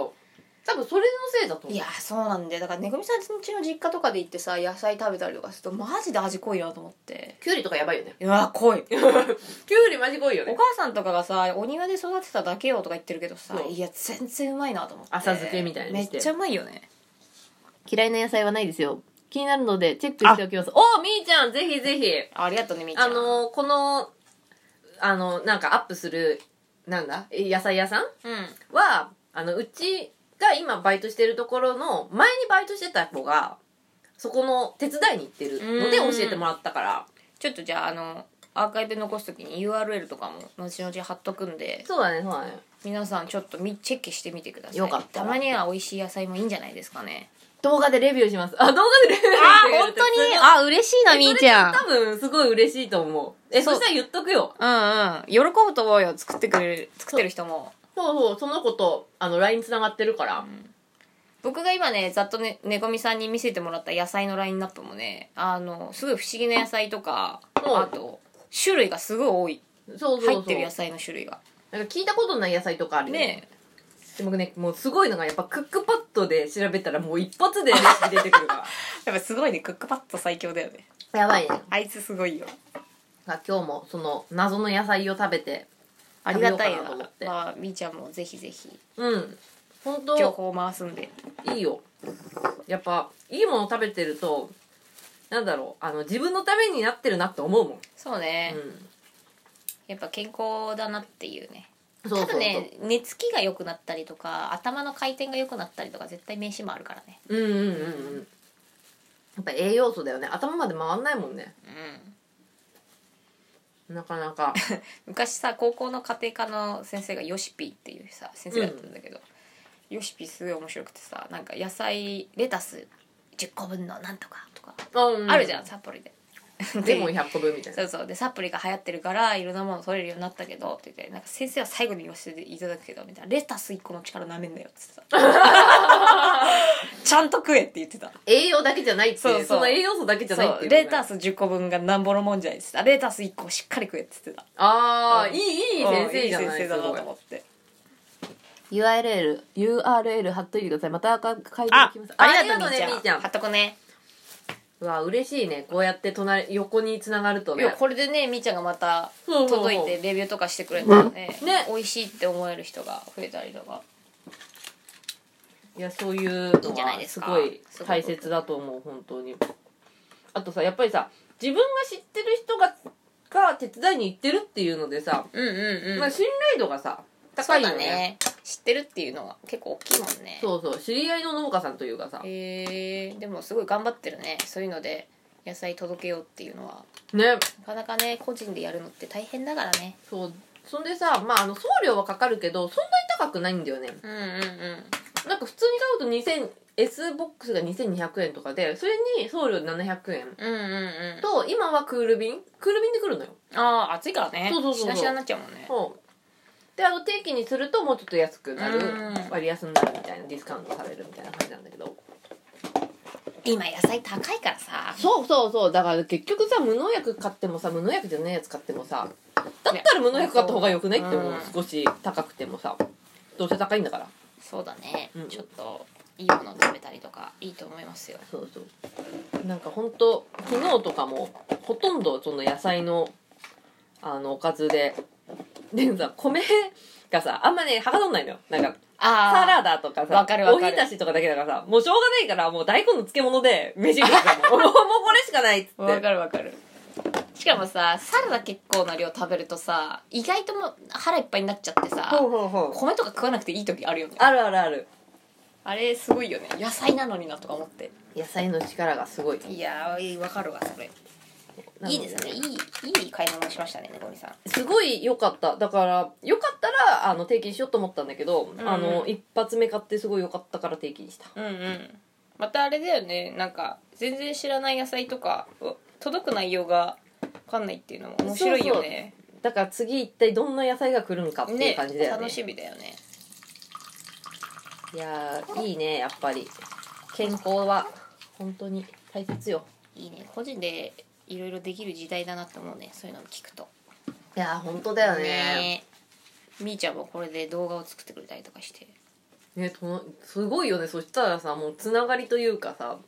多分それのせいだと思
いやそうなんだよだからねぐみさんちの実家とかで行ってさ野菜食べたりとかするとマジで味濃いなと思って
うきゅうりとかやばいよね
いや濃
<laughs>
い
きゅうりマジ濃いよ
お
ね
母さんとかがさお庭で育てただけよとか言ってるけどさ
そう
いや全然うまいなと思って
浅漬けみたいに
め
し
ってちゃうまいよね
嫌いな野菜はないですよ気になるのでチェックしておきますおみーちゃんぜひぜひ
ありがとうねみーちゃ
あ
ん
のこのあのなんかアップするなんだえ野菜屋さん
うん
はあのうちが今バイトしてるところの前にバイトしてた子がそこの手伝いに行ってるので
う
教
ん
えてもらったから
ちょっとじゃああのアーカイブ残す時に URL とかも後々貼っとくんで
そうだねそうだね
皆さんちょっとみチェックしてみてください
よかったら
たまには美味しい野菜もいいんじゃないですかね
動画でレビューしますあ動画でレビュー
あ
して
本
くれる
当
って
にあ嬉しいなみーちゃん
多分すごい嬉しいと思うえそ
そう
したら言っとくよ
うんうん喜ぶと思うよ作ってくれる作ってる人も
そうそうその子とあの LINE つながってるから、
僕が今ねざっとねねこみさんに見せてもらった野菜のラインナップもねあのすごい不思議な野菜とか
うん
あと種類がすごい
そうそう
多
そ
いう入ってる野菜の種類が
なんか聞いたことない野菜とかあるよ
ね
でもね、もうすごいのがやっぱクックパッドで調べたらもう一発でレシピ出てくるか
やっぱすごいねクックパッド最強だよね
ら。 <laughs> やばいね。
あいつすごいよ
今日もその謎の野菜を食べて。
ありがたい
食べようかなと思
な
って
まあみーちゃんもぜひぜひ
うん。ほん
情
と、
報を回すんで
いいよ。やっぱ、いいもの食べてると、なんだろう、あの、自分のためになってるなって思うもん。
そうね、
う
やっぱ健康だなっていうね
ん。そうそう
た
そう
だ。ね寝つきが良くなったりとか頭の回転が良くなったりとか絶対名刺もあるからね
うんうんうんうん。やっぱ栄養素だよね。頭まで回んないもんね。
うん
なか
<laughs>
なか。
昔さ高校の家庭科の先生がヨシピーっていうさ先生だったんだけど、ヨシピーすごい面白くてさなんか野菜レタス10個分のなんとかとか
う
あるじゃん、。サプリで
でも100個分みたいな
そ。うそうでサプリが流行ってるからいろんなもの取れるようになったけどって言ってなんか先生は最後に言わせていただくけどみたいなレタス1個の力なめんなよって言
<laughs>
ってたちゃんと食えって言ってた
栄養だけじゃないっていう
そうそう
その栄養素だけじゃないって
そ
いううね
レタス10個分がなんぼのもんじゃないって言ってたレタス1個しっかり食えって言ってた
ああ、
うん
いいいい先生じゃない
うんいい先生だなと思って
URL、URL 貼っといてください。また書いておき
あ
ます。
ありがとう
あ
ねみーちゃん
みー
貼っとくね
うわ、嬉しいね。こうやって隣、横に繋がると
い
ね
や。これでねみーちゃんがまた
そうそうそう
届いてレビューとかしてくれたらね
うんね
美味しいって思える人が増えたりとか
いや、そういう
いいん
の
じゃない
は
です
す
か
ごい大切だと思う、本当に。あとさ、やっぱりさ、自分が知ってる人が、が手伝いに行ってるっていうのでさ、
うんうんうん、
まあ信頼度がさ、
そ
高
う
いよ
だ
ね。
ね知ってるっていうのが結構大きいもんね
そうそう、知り合いの農家さんというかさ、
へえでもすごい頑張ってるねそういうので野菜届けようっていうのは
ね、
なかなかね個人でやるのって大変だからね
そう。そんでさ、まあ、あの、送料はかかるけど、そんなに高くないんだよね。
うんうんうん
なんか普通に買うと2000 S ボックスが2200円とかでそれに送料700円
うんうんうん
と今はクール便クール便で来るのよ
ああ暑いからね
そうそうそうそ
し
う
なしなになっちゃうもんね
そうであの定期にするともうちょっと安くなる
うん
割安になるみたいなディスカウントされるみたいな感じなんだけど
今野菜高いからさ
そうそうそうだから結局さ無農薬買ってもさ無農薬じゃないやつ買ってもさだったら無農薬買った方が良くないって思う
うん
少し高くてもさどうせ高いんだから
そうだね、
うん
ちょっといいものを食べたりとかいいと思いますよ
そうそうなんかほんと昨日とかもほとんどその野菜のあのおかずででさ米がさあんまねはかどんないのよなんか
あ
サラダとかさ
わかるわかる
おひたしとかだけだからさもうしょうがないからもう大根の漬物で飯食って <laughs> たもんもうもうこれしかないっつって
わかるわかるしかもさサラダ結構な量食べるとさ意外ともう腹いっぱいになっちゃってさ
ほうほうほう
米とか食わなくていい時あるよねあ
あるあるある
れすごいよね野菜なのになとか思って
野菜の力がすごい
いやーわかるわそれいいですねいいいい買い物しましたねねこみさん
すごい良かっただから良かったらあの定期にしようと思ったんだけど、
ん
あの一発目買ってすごい良かったから定期にした
うんうんまたあれだよねなんか全然知らない野菜とかう届く内容が分かんないっていうのも面白いよね
だから次一体どんな野菜が来るんかっていう感じだよね
楽しみだよね
いやーいいねやっぱり健康は本当に大切よ
いいね個人でいろいろできる時代だなって思うねそういうのを聞くと
いやー本当だよね
ねみーちゃんもこれで動画を作ってくれたりとかして
ねとのすごいよねそしたらさもうつながりというかさ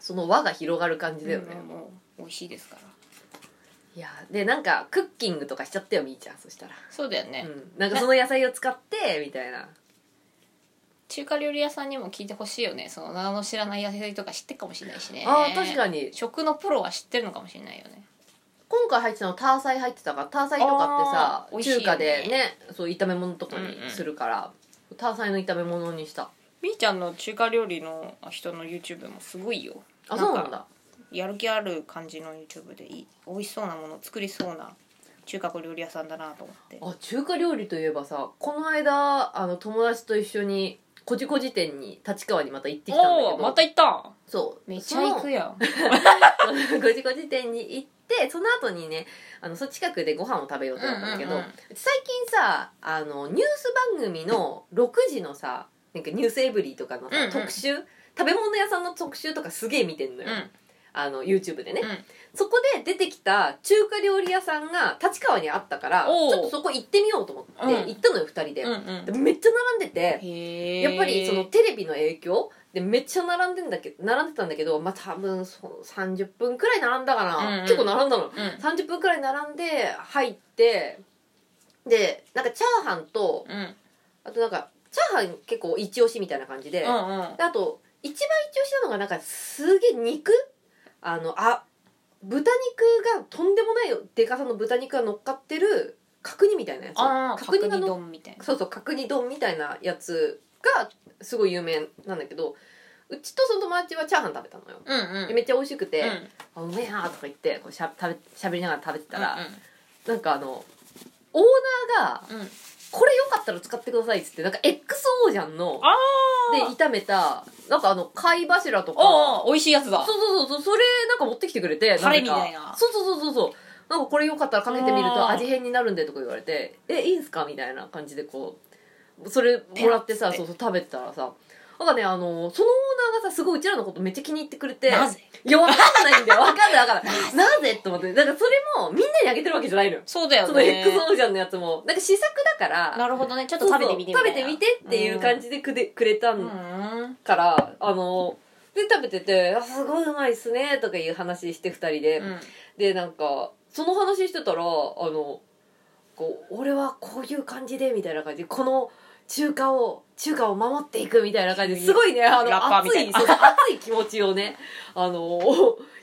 その輪が広がる感じだよね、
うんもう美味しいですから
いやーでなんかクッキングとかしちゃったよみーちゃんそしたら、
そうだよね、
うん、なんかその野菜を使ってみたいな
中華料理屋さんにも聞いてほしいよねその名の知らない野菜とか知ってるかもしれないしね
あー確かに
食のプロは知ってるのかもしれないよね
今回入ってたのターサイ入ってたからターサイとか
あー
っ
美
て
味しいよね
さ、中華でねそう炒め物とか
うんう
に
ん
するから、ターサイの炒め物にした
みーちゃんの中華料理の人の YouTube もすごいよ
あそうなんだ
やる気ある感じの YouTube でいい美味しそうなものを作りそうな中華料理屋さんだなと思って
あ中華料理といえばさこの間あの友達と一緒にこじこじ店に立川にまた行ってきたんだけ
お
ど
おーまた行った
そう
めっちゃ行くやん
そ <laughs> のこじこじ店に行ってその後にねあのその近くでご飯を食べようと思ったんだけど、
うんうんうん
最近さあのニュース番組の6時のさなんかニュースエブリーとかのさ、
うんうん
特集食べ物屋さんの特集とかすげえ見てんのよ、
う
あの YouTube でね、
んうん
そこで出てきた中華料理屋さんが立川にあったからち
おう
ょっとそこ行ってみようと思って、
うん
行ったのよ2人で、
うんうん
でめっちゃ並んでて
へ
やっぱりそのテレビの影響でめっちゃ並んでんだけ並んでたんだけどまあ多分そ30分くらい並んだかな、
うんうん
結構並んだの
うん
30分くらい並んで入ってでなんかチャーハンと
うんうん
あとなんかチャーハン結構一押しみたいな感じで,、
うん
であと一番一押しなのがなんかすげえ肉あのあ豚肉がとんでもないでかさの豚肉が乗っかってる角煮みたいなやつ
ああ
角
角
煮が
煮
乗っ
丼みたいな
そうそう角煮丼みたいなやつがすごい有名なんだけどうちとその友達はチャーハン食べたのよ、
うんうん
でめっちゃ美味しくて
うん
「あうめえな」とか言ってこうしゃ食べしゃべりながら食べてたら、
う
なんかあのオーナー
ん
が
うんうん
「これよかったら使ってください」っつってなんか XO じゃんの
あ
で
ー
炒めたなんかあの貝柱とか
おーおー美味しいやつだ
そうそうそうそうそれなんか持ってきてくれて
タレ
んか
みたいな
そうそうそうそうそうなんかこれよかったらかけてみる
あ
と
ー
味変になるんでとか言われてえいいんすかみたいな感じでこうそれもらってさ
ペロ
そうそう食べてたらさなんかね、あの、そのオーナーがさ、すごいうちらのことめっちゃ気に入ってくれて。
なぜ
いや、わかんないん
<laughs>
だよ。わかんない、わかんない。なぜと思って。だからそれも、みんなにあげてるわけじゃないのよ。
そうだよ
その
ね
X オージャンのやつも。なんか試作だから、
なるほどねちょっと食べてみてみたいな
そうそう食べてみてっていう感じでくでくれた
うんん
から、あの、で、食べてて、あ、すごいうまいっすね、とかいう話して二人で。
うん
でなんかその話してたらあのこう俺はこういう感じでみたいな感じでこの中華を中華を守っていくみたいな感じですごいねあ
ラッパーみ
の熱
たい
い
な
そうそう熱い気持ちをねあの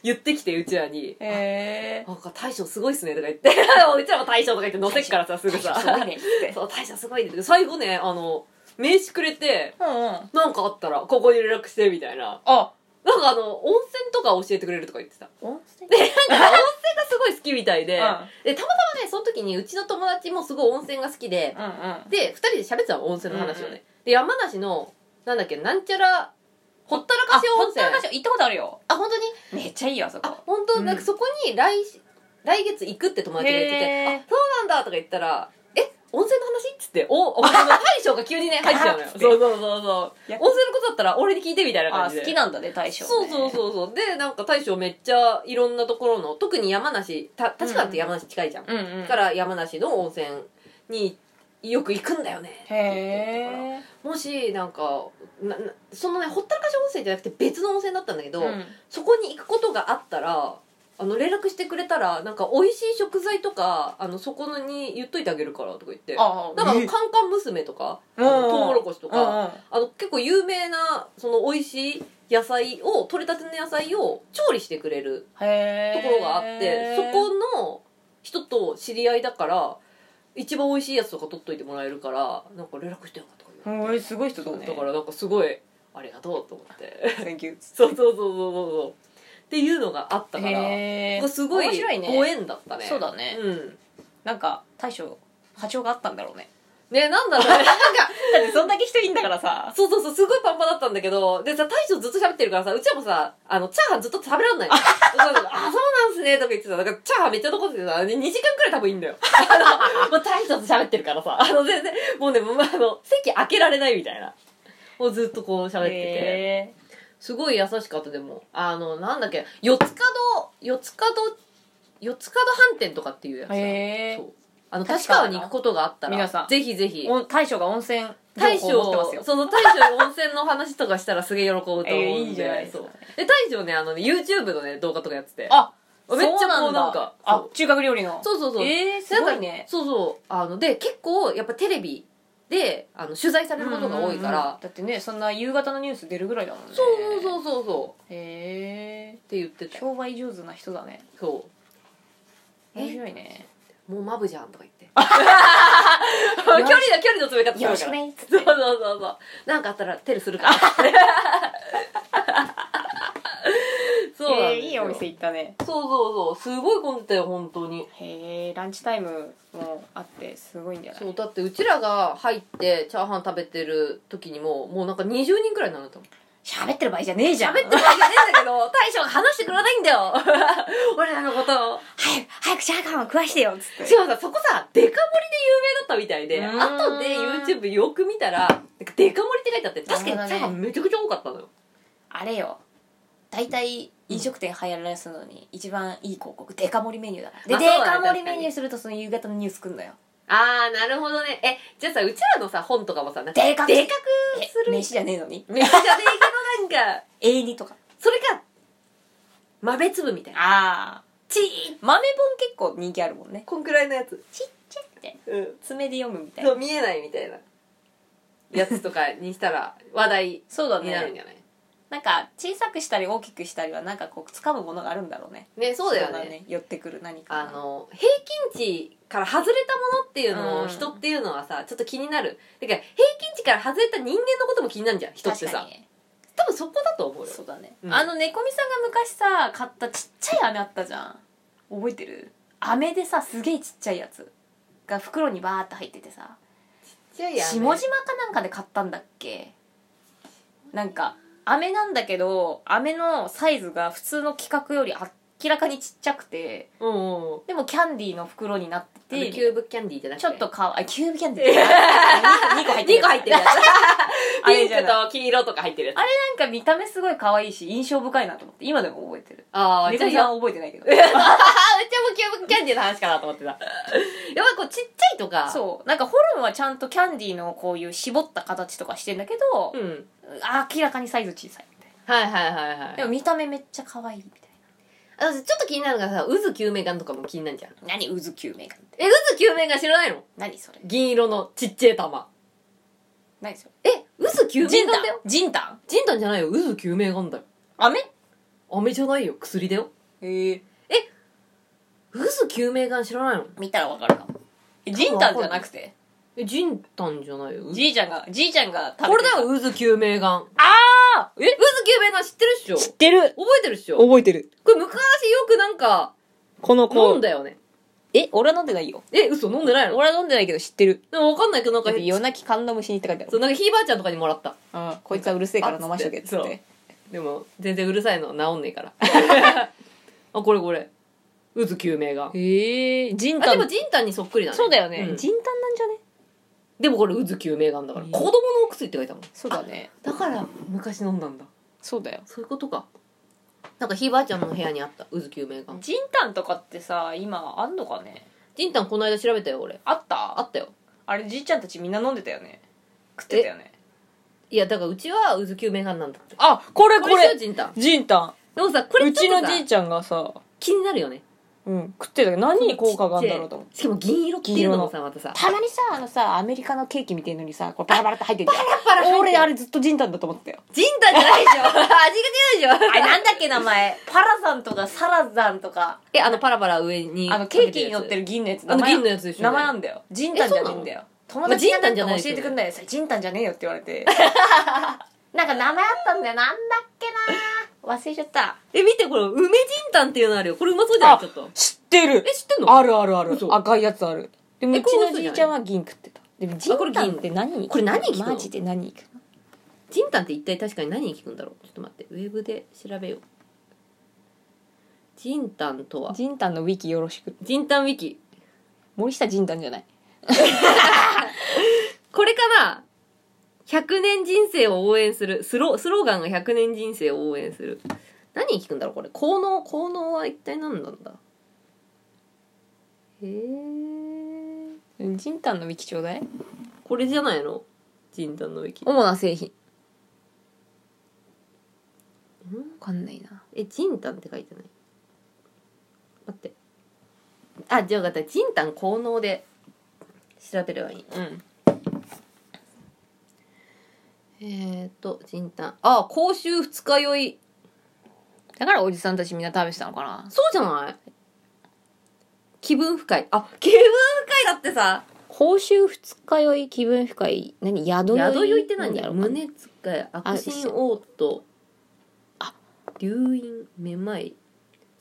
言ってきてうちらに。
へえ
なんか大将すごいっすねとか言って、 <laughs> うちらも大将とか言って乗せっからさ、すぐさ。
すごいねって
<laughs> そう、大将すごいねって。最後ね、あの、名刺くれて、
うんうん
なんかあったら、ここに連絡して、みたいな。
あ
なんかあの、温泉とか教えてくれるとか言ってた。
温泉
なんか温泉がすごい好きみたいで、
うん
でたまたまねその時にうちの友達もすごい温泉が好きで、
うんうん
で2人で喋ってたの温泉の話をね、
うんうん
で山梨のなんだっけなんちゃらほったら
あ
かし温泉
ほったらかし行ったことあるよ
あ本当に
めっちゃいいよあそこ
あ本当、
うん
なんかそこに来来月行くって友達が言ってて
へー
あそうなんだとか言ったらえ温泉の話っつっておお前の大将が急にね入っち
<laughs>
ゃうのよ
あ
そ
ー
うそうそうそう温
いや
泉のことだったら俺に聞いてみたいな感
あ
じで
好きなんだね大将ね
そうそうそうそうでなんか大将めっちゃいろんなところの特に山梨た立川って山梨近いじゃん、
うんうん
だから山梨の温泉によく行くんだよね
へえ
もしなんかななそのねほったらかし温泉じゃなくて別の温泉だったんだけど、
うん
そこに行くことがあったらあの連絡してくれたらなんか美味しい食材とかあのそこのに言っといてあげるからとか言ってなんか
あ
あのカンカン娘とかあの
うん
トウモロコシと
と
か、あの結構有名なその美味しい野菜を取れたての野菜を調理してくれる
へえ
ところがあってそこの人と知り合いだから一番美味しいやつとか取っといてもらえるからなんか連絡してよかとか言
こすごい人だ
われ
ね
てだからなんかすごいありがとうと思って <laughs>
Thank you
そうそうそうそうそうそうっていうのがあったから
へ
なん
え
かすごい
面白いね
ご縁だったね
そうだね
うん
なんか大将波長があったんだろうね
ねなんだろうねなんか
だってそんだけ人いんだからさ
そうそうそう、すごいパンパンだったんだけど、でさ、大将ずっと喋ってるからさ、うちらもさ、あの、チャーハンずっと食べらんないの。そうそうあ、そうなんすね、とか言ってた。だから、チャーハンめっちゃ残っててさ、で2時間くらい多分いいんだよ。あの、もう大将と喋ってるからさ、あの、全然、もうね、もうあの、席開けられないみたいな。もうずっとこう喋ってて。
へ
すごい優しかった、でも。あの、なんだっけ、四つ角、四つ角、四つ角飯店とかっていうやつ
え
だ。
へ
そう。あの、立川に行くことがあったら、
皆さん
ぜひぜひ
え。お大将が温泉
大将
情報を持ってますよ
その大将に温泉の話とかしたらすげえ喜ぶと思うんで、
えーいいじゃないです
そ
か
うで大将ねあのね YouTube のね動画とかやってて
あ
めっちゃこう
そうだ
なんかそ
あ
う
中華料理の
そうそうそう、
えーすごいね
そうそうあので結構やっぱテレビであの取材されることが多いから、
うんうんうんだってねそんな夕方のニュース出るぐらいだもんね
そう
う
そうそうそうそう
へえ
って言ってたよ
商売上手な人だね
そえ
面白いね
うもうマブじゃんとか言って
<laughs>
<laughs> 距離の距離の詰め方するから
よろしくね
そうそうそうそうなんかあったらテルする
<laughs>
からそうなんですよ、
えーいいお店行ったね
そうそうそうすごい混んでたよ本当に
へえランチタイムもあってすごいんじゃない
そうだってうちらが入ってチャーハン食べてる時にももうなんか20人くらいになるん <laughs> だもん
喋ってる場合じゃねえじゃん
喋ってるわけねえんだけど大将が話してくれないんだよ <laughs> 俺らのことを
早く早くチャーハンを食わしてよっつっ
しかもさそこさデカ盛りで有名だったみたいで
うーん
後で YouTube よく見たらなんかデカ盛りって書いてあって確か
なるほどね
にチャーハンめちゃくちゃ多かったのよ
あれよ大体飲食店流行らすのに一番いい広告デカ盛りメニューだからで、
まあそう
デ
だね
カ盛り
確
メ
かに
ニューするとその夕方のニュース来んのよ
ああなるほどねえじゃあさうちらのさ本とかもさなんか
でかく
でかく
え
する
飯じゃねえ
<laughs>
のに
めっちゃでかのなんか
永遠にとか
それか豆粒みたいな
ああ
ち
豆本結構人気あるもんね
こんくらいのやつ、
ちっちゃみたいな
うん、
爪で読むみたい
そ
な
う見えないみたいなやつとかにした <laughs> ら話題
そうだ
になるん
ね
じゃない
なんか小さくしたり大きくしたりはなんかこう掴むものがあるんだろうね
ねそうだよ
人
ね
が寄ってくる何か
あ
が
の平均値から外れたものっていうのを、
うん
人っていうのはさちょっと気になるだから平均値から外れた人間のことも気になるじゃん人って
確か
さ
にね
多分そこだと思うよ
そうだね、
うん
あの猫みさんが昔さ買ったちっちゃい飴あったじゃん覚えてる飴でさすげえちっちゃいやつが袋にバーって入っててさ
いやい
下島かなんかで買ったんだっけなんか飴なんだけど飴のサイズが普通の規格より明らかにちっちゃくて
うんうんうん
でもキャンディーの袋になっ
あの
て
キ
て
ューブキャンディーじゃなく
ち
て <laughs>
ょっとかわいいキューブキャンディー2個入ってる
2個入ってるやつ
あ
ピ
れ
ン
じゃ
ク
ない
と黄色とか入ってるやつ
あれなんか見た目すごい可愛いし印象深いなと思って今でも覚えてる
あ
猫
じ
さ
ゃ
ん
あ
は覚えてないけど
めっちゃもキャンディーの話かなと思 <laughs> ってたやっぱりこうちっちゃいとか
そうなんかホルンはちゃんとキャンディーのこういう絞った形とかしてんだけど、
うん
明らかにサイズ小さいみたい
はいはいはいは
ないでも見た目めっちゃ可愛いみたい
あとちょっと気になるのがさ渦救命眼とかも気になるじゃん
な何渦救命眼って
え渦救命眼知らないの
何それ
銀色のちっちゃい玉
何そ
え渦救
れ
命
ジン
眼
タン
だよ
ジンタン
ジンタンじゃないよ渦救命眼だよ
飴
飴じゃないよ薬だよ
ええ
渦救命眼知らないの
見たらわかるかもえジンタンじゃなくて
えジンタンじゃないよ
じいちゃんがじいちゃんが食べて
これだよ渦救命眼
ああ
え渦救命眼知ってるっしょ覚
てる
えてるっしょ
覚えてる
これ昔よくなんか
この
飲んだよね
え俺は飲んでないよ
え嘘飲んでないの
俺は飲んでないけど知ってる
でも分かんないけどなん
だっ
か
て夜泣きカンナムシにって書いてあ
そ
る
うなんかひいばあちゃんとかにもらった
うんこいつはうるせえから飲ましとけっつっ
そう
て
でも全然うるさいのは治んねえから <laughs> あこれこれ渦救命眼
ええジン
あでもジンタンにそっくりだね
そうだよね、
うん
ジンタンなんじゃね
でもこれ渦救命眼だから
え
子
ー
供のお薬って書いてあるもん
そうだね
だから昔飲んだんだ
そうだよ
そういうことかなんかひいばあちゃんの部屋にあった渦救命眼
ジンタンとかってさ今あんのかね
ジンタンこの間調べたよ俺
あった
あ
あ
ったよ
れじいちゃんたちみんな飲んでたよね食ってたよね
いやだからうちは渦救命眼なんだって
あこれ
これでしょジンタン
ジンタ
でもさこれ
う
ち
ち
ょっ
の
と
じ
さ
いちゃんがさ、
気になるよね
うん、食ってたけど何に効果があるんだろうと思って
しかも銀色っていうのもさまたさ
たまにさあのさアメリカのケーキみたいのにさこれパラパラって入ってるじゃん
パラ入ってる
俺あれずっとジンタンだと思ってたよ
ジンタンじゃないでしょ <laughs> 味が違うでし
<laughs>
ょ
あれなんだっけ名前パラさんとかサラザンとか
えあのパラパラ上に
あのケーキに乗って
る
る銀のやつ
あの
名前
銀のやつでしょ
名前なんだよジンタンじゃねえんだよ友達が
まあ
な
ジンタン
ん
じゃ
か教
ないです
え
よ
てくんないよそれジンタンじゃねえよって言われて <laughs> なんか名前あったんだよなんだっけな忘れちゃった
え見てこれ梅ジンタンっていうのあるよこれうまそうじゃない
あ
ちょっと
知ってる
え知ってんの
あるあるある
嘘
赤いやつあるでも
え
うち
これ
の
嘘
じ
じゃない
いちゃんは銀食ってたでもジ
あこれ
ン
銀
タンって何に
これ何に効くの
マジで何に効くの
ジンタンって一体確かに何に効くんだろうちょっと待ってウェブで調べようジンタンとは
ジンタンのウィキよろしく
ジンタンウィキ
森下ジンタンじゃない
これかな100年人生を応援するスロスローガンが100年人生を応援する何に効くんだろうこれ効能効能は一体何なんだへえ
ジンタンのウィキちょうだい
これじゃないのジンタンのウィキ
主な製品わかんないな
えジンタンって書いてない待ってあじゃあ分かったジンタン効能で調べればいい
うん
えっ、ー、とジンタンあ口臭二日酔い
だからおじさんたちみんな食べてたのかな
そうじゃない気分不快あ気分不快だってさ
口臭二日酔い気分不快何宿酔い
宿酔いって何やろ
なん
胸つかい悪心嘔吐
あ
流飲めまい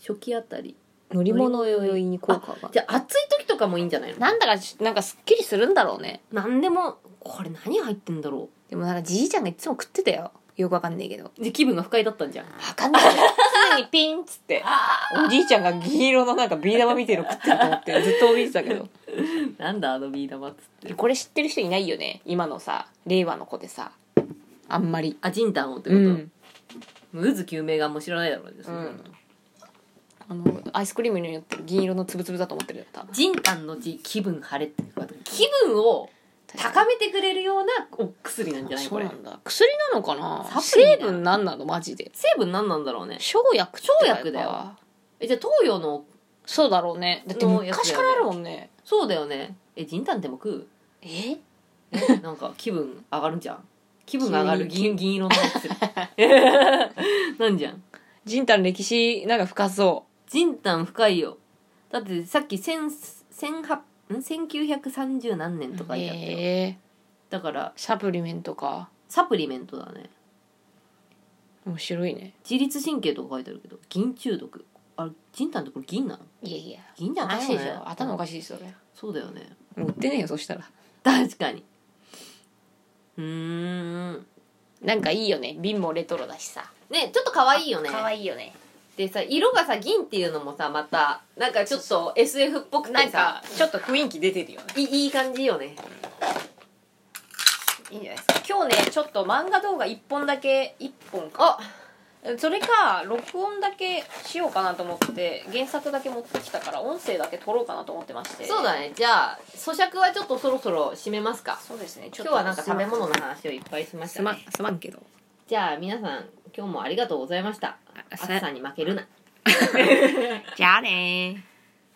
初期あたり
乗り物酔いに効果が
じゃあ暑い時とかもいいんじゃないの
なんだかしなんかすっきりするんだろうね
なんでもこれ何入ってんだろ
でもなんかじいちゃんがいつも食ってたよよくわかんないけどわ
うで気分が不快だったんじゃん
かんない常にピンっつっておじいちゃんが銀色のなんかビー玉みたいの食ってると思ってずっと見てたけど
なんだあのビー玉っつっ
<laughs>
て
これ知ってる人いないよね今のさ令和の子でさあんまり
あジンタンをって
う
こと、
ん
ムズ救命眼も知らないだろうね、そんなの
あのアイスクリームによってる銀色のつぶつぶだと思ってるよ多分
ジンタンの字気分晴れってこと気分を高めてくれるようなお薬なんじゃない
そ
こ
う
れ
なんだ薬なのかな
サプリみ
成
たいな
分なんなのマジで
成分何なんだろうね
生薬って
生薬だよえじゃあ東洋の
そうだろうねだって
のやつ
昔
だよね
からあるもんね
そうだよねえジンタンでも <laughs> 食う
え
えなんか気分上がるんじゃん気分が上がる銀銀色のお薬 <laughs> なんじゃん
ジンタン歴史なんか深そ
ジンタン深いよだってさっき千千八ん1930何年と
う
か言ってあったよ、
え
だか
ー、
ら
サプリメントか
サプリメントだね
面白いね
自律神経とか書いてあるけど銀中毒あれジンタンってこれ銀なの
いやいや
銀じゃ
お
な
か
い
しい
よ
でし
ね
ょ頭おかしいですよね
そうだよね
もう売ってねえよそしたら
確かにうーん
なんかいいよね瓶もレトロだしさ
ねちょっと可愛いよね
可愛いよね
でさ色がさ銀っていうのもさまたなんかちょっと SF っぽくてさ
なんかちょっと雰囲気出てるよね
いいい感じよね
いいんじゃないですか今日ねちょっと漫画動画1本だけ1本か
あ
それか録音だけしようかなと思って原作だけ持ってきたから音声だけ撮ろうかなと思ってまして
そうだねじゃあ咀嚼はちょっとそろそろ締めますか
そうですねちょっ
今
と
日はなんか食べ物の話をいっぱいしまし
す
た
まん
ね
すまんけど
じゃあ皆さん今日もありがとうございました
あ
暑さに負けるな
じゃあねー